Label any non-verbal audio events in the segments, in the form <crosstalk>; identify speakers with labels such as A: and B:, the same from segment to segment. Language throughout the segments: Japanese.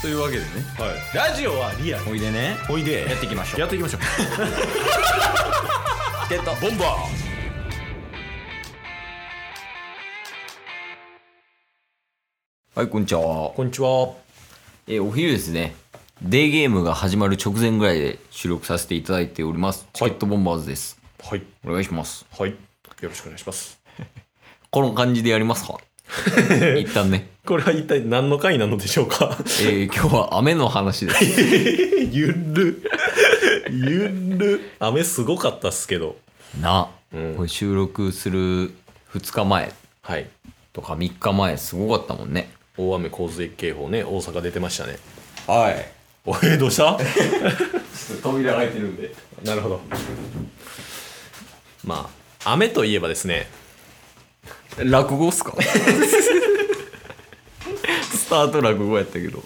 A: というわけでね
B: はい、ラジオはリアル
A: おいでね
B: おいで
A: やっていきましょう
B: やっていきましょう
A: ゲット
B: ボンバ
A: はいこんにちは
B: ーこんにちは
A: えーお昼ですねデーゲームが始まる直前ぐらいで収録させていただいておりますチケットボンバーズです、
B: はい
A: お願いします
B: はいよろしくお願いします
A: この感じでやり
B: <laughs>
A: ますか一旦ね、
B: これは一体何の回なのでしょうか <laughs>
A: えー今日は雨の話です
B: ゆるゆる雨すごかったっすけど
A: な、
B: うん
A: これ収録する2日前
B: はい
A: とか3日前すごかったもんね
B: 大雨洪水警報ね大阪出てましたね
A: はい
B: おえどうした
A: 扉開いてるんで
B: なるほどまあ雨といえばですね
A: 落語っ <laughs> すかスタート落語やったけど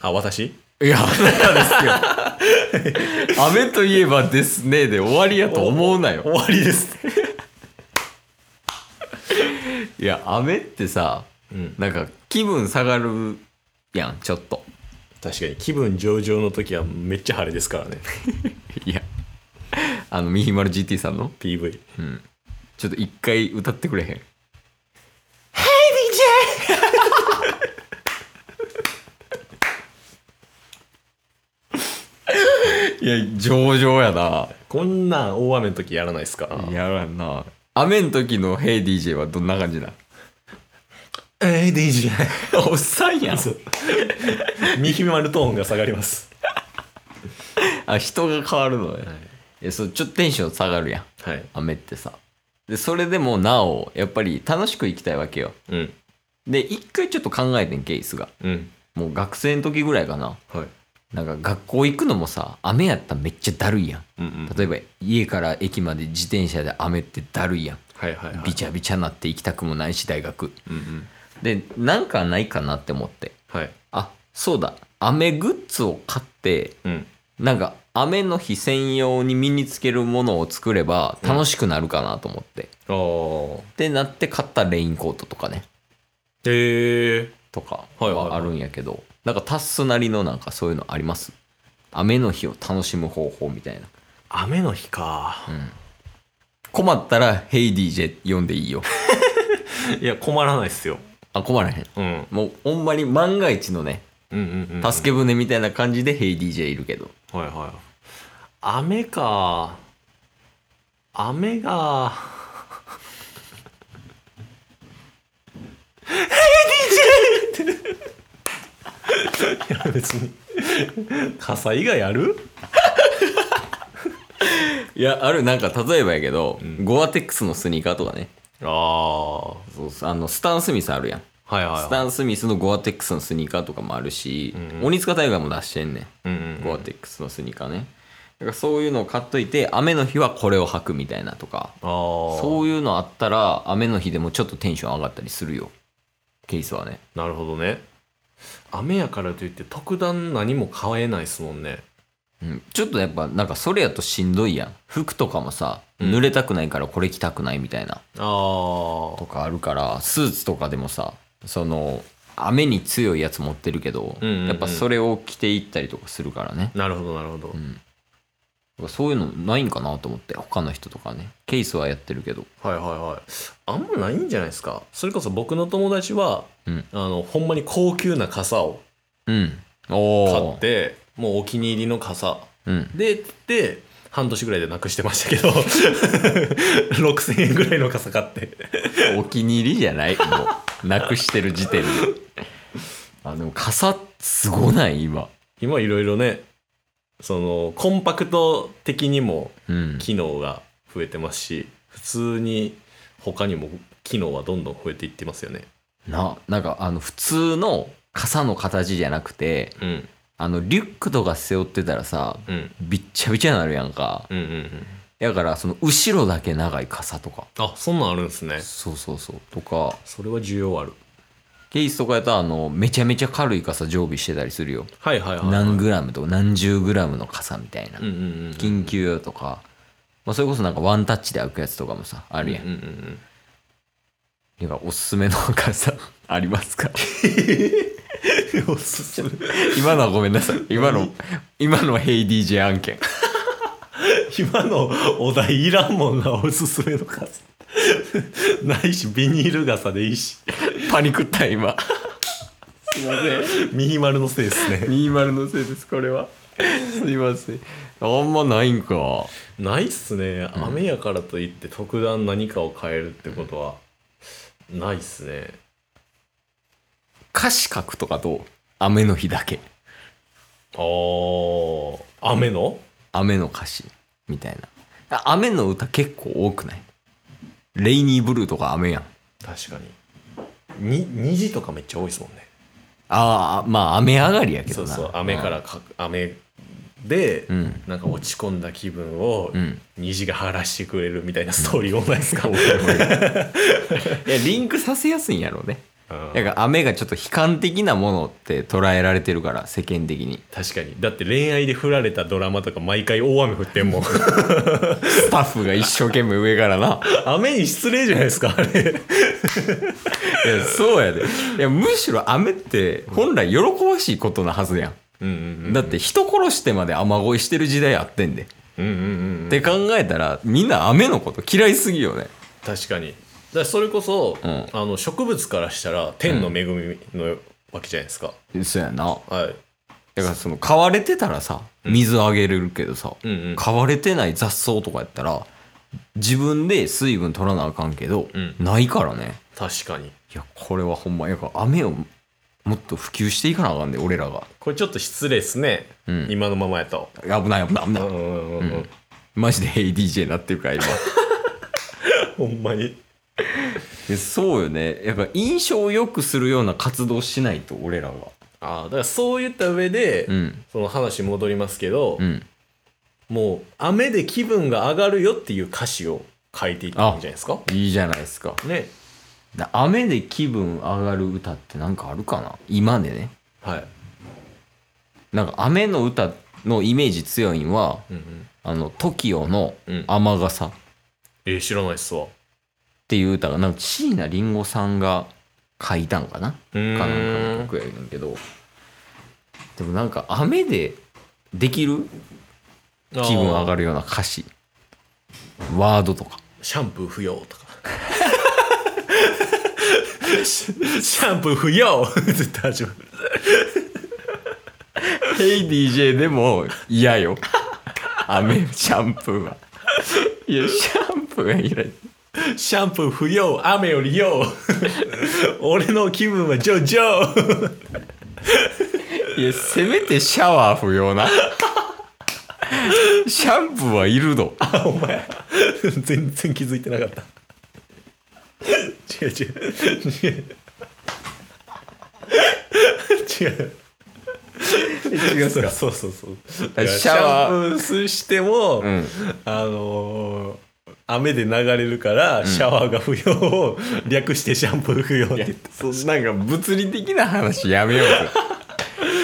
B: あ私
A: いや、あなたですよ。雨といえばですねで終わりやと思うなよ。
B: 終わりです
A: いや、雨ってさ、
B: うん
A: なんか気分下がるやん、ちょっと。
B: 確かに気分上々の時はめっちゃ晴れです <laughs> からね
A: いや、あの、ミヒマル GT さんの、
B: PV
A: ちょっと一回歌ってくれへん。Hey DJ! <laughs> いや、上々やな。
B: こんなん大雨の時やらないですか
A: やらんな。雨の時の Hey DJ はどんな感じなん
B: ええでいいじゃない
A: <laughs> おっさんやん。
B: ミヒマルトーンが下がります
A: あ、人が変わるのね。
B: はい
A: い、や、そう、ちょっとテンション下がるやん。
B: はい
A: 雨ってさ。で、それでもなお、やっぱり楽しく生きたいわけよ。
B: うん
A: で、一回ちょっと考えてん、ケースが。
B: うん
A: もう学生の時ぐらいかな。
B: はい
A: なんか学校行くのもさ、雨やったらめっちゃだるいやん。
B: うんうん
A: 例えば家から駅まで自転車で雨ってだるいやん。
B: はいはいはい
A: びちゃびちゃなって行きたくもないし、大学。
B: うんうん
A: で、なんかないかなって思って。
B: はい
A: あ、そうだ。雨グッズを買って、
B: うん
A: なんか雨の日専用に身につけるものを作れば楽しくなるかなと思って、
B: ああ
A: ってなって買ったレインコートとかね
B: へえ
A: とか
B: はいはいはい
A: はあるんやけど、なんかタッスなりのなんかそういうのあります雨の日を楽しむ方法みたいな
B: 雨の日か、
A: 困ったら「HeyDJ」読んでいいよ
B: いや困らないっすよ、
A: あ困らへん
B: うん、
A: もうほんまに万が一のね
B: うんうんうん
A: 助け舟みたいな感じで「HeyDJ」いるけど
B: はいはい雨か雨 <laughs> が Hey DJ! いや別に傘以外ある
A: いやあるなんか例えばやけど、ゴアテックスのスニーカーとかね
B: ああは
A: そうそうあのスタン・スミスあるやん
B: いはい
A: スタン・スミスのゴアテックスのスニーカーとかもあるし、鬼塚大河も出してんね
B: うん
A: ん、ゴアテックスのスニーカーねだからそういうのを買っといて雨の日はこれを履くみたいなとか
B: ああ
A: そういうのあったら雨の日でもちょっとテンション上がったりするよケースはね
B: なるほどね雨やからといって特段何も買えないっすもんね
A: うん、ちょっとやっぱなんかそれやとしんどいやん服とかもさ
B: ん
A: 濡れたくないからこれ着たくないみたいな
B: あ
A: とかあるからスーツとかでもさその雨に強いやつ持ってるけど、
B: うんうんうん
A: やっぱそれを着ていったりとかするからね
B: あなるほどなるほど、
A: そういうのないんかなと思って他の人とかねケースはやってるけど
B: はいはいはいあんまないんじゃないですかそれこそ僕の友達は、
A: うん
B: あのほんまに高級な傘を
A: うんお
B: 買
A: お
B: ってもうお気に入りの傘
A: うん
B: でって半年ぐらいでなくしてましたけど <laughs> 6000円ぐらいの傘買って
A: <laughs> お気に入りじゃないもうなくしてる時
B: <laughs>
A: 点であでも傘すごない今
B: 今いろいろねそのコンパクト的にも
A: うん
B: 機能が増えてますし普通に他にも機能はどんどん増えていってますよね
A: ななんかあの普通の傘の形じゃなくて
B: うん
A: あのリュックとか背負ってたらさ
B: うん
A: びっちゃびちゃになるやんか
B: うんうんうん
A: だからその後ろだけ長い傘とか
B: あそんなんあるんですね
A: そうそうそうとか
B: それは需要ある
A: ケースとかやったらあのめちゃめちゃ軽い傘常備してたりするよ
B: はいはいはい、
A: 何グラムとか何十グラムの傘みたいな、
B: うんうんうん
A: 緊急用とか、まあ、それこそなんかワンタッチで開くやつとかもさあるやん,、
B: うんうんうん
A: <laughs> なんかおすすめの傘ありますか
B: おすすめ
A: 今のはごめんなさい今の今のヘイ DJ 案件
B: 今のお題いらんもんなおすすめの傘 <laughs> ないしビニール傘でいいし
A: パニクった今すいません
B: ミニマルのせいですね
A: 20のせいですこれはすいませんあんまないんか
B: ないっすね雨やからといって特段何かを変えるってことはないっすね
A: 歌詞書くとかどう雨の日だけ
B: あー雨の
A: 雨の歌詞みたいなあ雨の歌結構多くないレイニーブルーとか雨やん
B: 確かにに虹とかめっちゃ多いですもんね
A: ああまあ雨上がりやけ
B: そ
A: ど
B: う
A: な
B: そう雨
A: <laughs>
B: からか雨で、
A: うん
B: なんか落ち込んだ気分を、
A: うん
B: 虹が晴らしてくれるみたいなストーリー多ない <laughs> ですか、
A: いやリンクさせやすいんやろうね
B: うん
A: なんか雨がちょっと悲観的なものって捉えられてるから世間的に
B: 確かにだって恋愛で振られたドラマとか毎回大雨降ってん <laughs> もん
A: スタッフが一生懸命上から
B: <laughs>
A: な
B: 雨に失礼じゃないですかあれ
A: いやそうやでいやむしろ雨って本来喜ばしいことなはずやん、
B: うんうん
A: だって人殺してまで雨乞いしてる時代あってんで、
B: うんうんうん
A: って考えたらみんな雨のこと嫌いすぎよね
B: 確かにだからそれこそ、
A: うん
B: あの植物からしたら天の恵みのわけじゃないですか、
A: そうやな
B: はい
A: だからその買われてたらさ水あげれるけどさ、
B: うんうん
A: 買われてない雑草とかやったら自分で水分取らなあかんけど、
B: うん
A: ないからね
B: 確かに
A: いやこれはほんまやっぱ雨をもっと普及していかなあかんで、俺らが
B: これちょっと失礼ですね、
A: うん
B: 今のままやと
A: 危ない危ない危
B: う
A: なんい
B: うんうんうん
A: マジで <laughs> HeyDJ になってるから今
B: ほんまに
A: でそうよねやっぱ印象を良くするような活動しないと俺らが
B: ああだからそういった上で、
A: うん
B: その話戻りますけど、
A: うん
B: もう雨で気分が上がるよっていう歌詞を書いていったらいいんじゃないですか
A: いいじゃないですか
B: ね
A: だ雨で気分上がる歌ってなんかあるかな今でね
B: はい、
A: なんか雨の歌のイメージ強いんは
B: うんうん、
A: あの TOKIO の
B: う
A: 「
B: ん
A: 雨傘」っ
B: えー知らないっすわ
A: ていう歌がなんか椎名林檎さんが書いたんかな
B: うーん
A: かなんかの曲やねんけどでもなんか雨でできる気分上
B: あ
A: が
B: ー
A: るような歌詞ワードとか
B: シャンプー不要とか。 <laughs> シャンプー不要 <laughs> 絶対始まる。
A: 「HeyDJ」でも嫌よ <laughs> 雨シャンプーはいやシャンプーが嫌
B: シャンプー不要、 <laughs> 雨よりよ。俺の気分はジョジョ。
A: いや、せめてシャワー不要 <laughs> な。シャンプーはいるの。
B: お前、全然気づいてなかった。違う違う。違う。違う。
A: 違
B: そうそうそうそう。シ
A: あシャ
B: ャ
A: ワー
B: ンプーすしても、
A: ん
B: あのー雨で流れるからシャワーが不要を略してシャンプー不要って言って、
A: なんか物理的な話やめよ <laughs> うよ。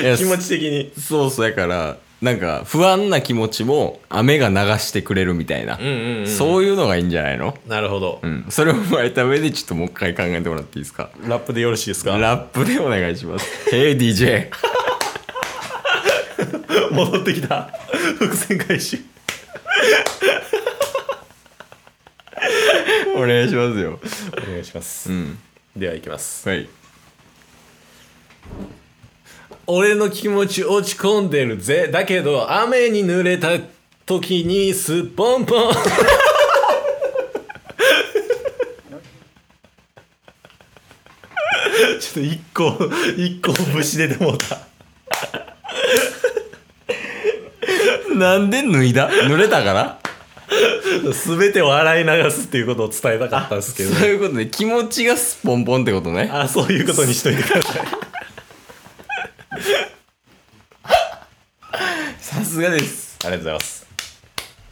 A: いや
B: 気持ち的に。
A: そうそうやから、なんか不安な気持ちも雨が流してくれるみたいな。そういうのがいいんじゃないの
B: なるほど、
A: うん。それを踏まえた上でちょっともう一回考えてもらっていいですか。
B: ラップでよろしいですか
A: ラップでお願いします。Hey <laughs> DJ。
B: 戻ってきた伏線回収
A: お願いしますよ。
B: お願いします、
A: うん。
B: ではいきます
A: はい。
B: 俺の気持ち落ち込んでるぜだけど雨に濡れた時にすっぽん <laughs> ぽんちょっと一個一個節出てもうた
A: なんで脱いだ濡れたから
B: 全てを洗い流すっていうことを伝えたかったんですけ
A: そう
B: ど
A: いうことで気持ちがスポンポンってことね。
B: あそういうことにしといてください
A: さすがです。
B: ありがとうございます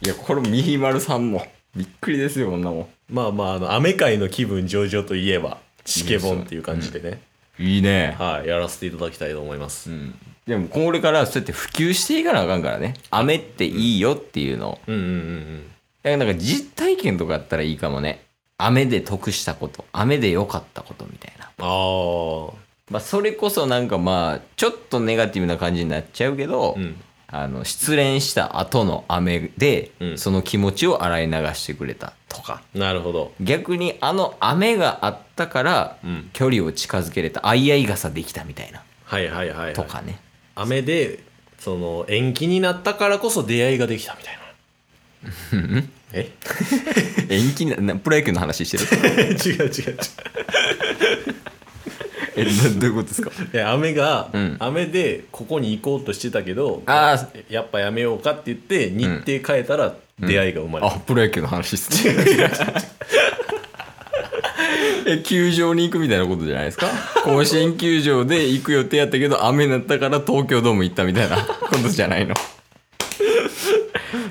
A: いや、これ、ミヒマルさんも。びっくりですよ、こんなも
B: まあまああの雨界の気分上々といえばチケボンっていう感じでね、
A: ん。いいね。
B: はいやらせていただきたいと思います、
A: うん。でも、これからそうやって普及していかなあかんからね。雨っていいよっていうのを。
B: うん、うんうんうん
A: だからなんか実体験とかあったらいいかもね。雨で得したこと、雨で良かったことみたいな。
B: ああ
A: まあ、それこそなんかまあちょっとネガティブな感じになっちゃうけど、
B: うん
A: あの失恋した後の雨で、
B: うん
A: その気持ちを洗い流してくれたとか
B: なるほど
A: 逆にあの雨があったから、
B: うん
A: 距離を近づけれたあいあい傘できたみたいな
B: はいはいはい、はい、
A: とかね、
B: 雨でその延期になったからこそ出会いができたみたいな <laughs> え
A: 延期ななプロ野球の話して <laughs> る
B: 違う違う違う
A: えどどういうことですか
B: いや雨が、
A: うん
B: 雨でここに行こうとしてたけど
A: あー
B: やっぱやめようかって言って日程変えたら出会いが生まれた、
A: あプロ野球の話ですね <laughs> え球場に行くみたいなことじゃないですか甲子園球場で行く予定やったけど雨になったから東京ドーム行ったみたいなことじゃないの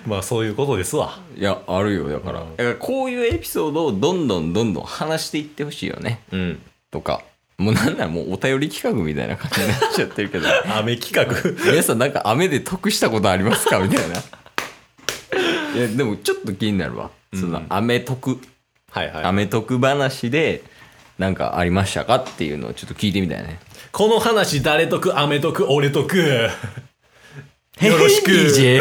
B: まあそういうことですわ
A: いやあるよだから
B: うん
A: だからこういうエピソードをどんどんどんどん話していってほしいよね
B: うん
A: とかもうなんならもうお便り企画みたいな感じになっちゃってるけど <laughs>
B: 雨企画
A: 皆さんなんか雨で得したことありますかみたいないやでもちょっと気になるわ、その雨得
B: <laughs> はいはい
A: アメトク話でなんかありましたかっていうのをちょっと聞いてみたい <laughs> ね。
B: この話誰とく雨とく俺 <laughs> とくよ
A: <laughs>
B: ろしく
A: DJ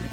C: す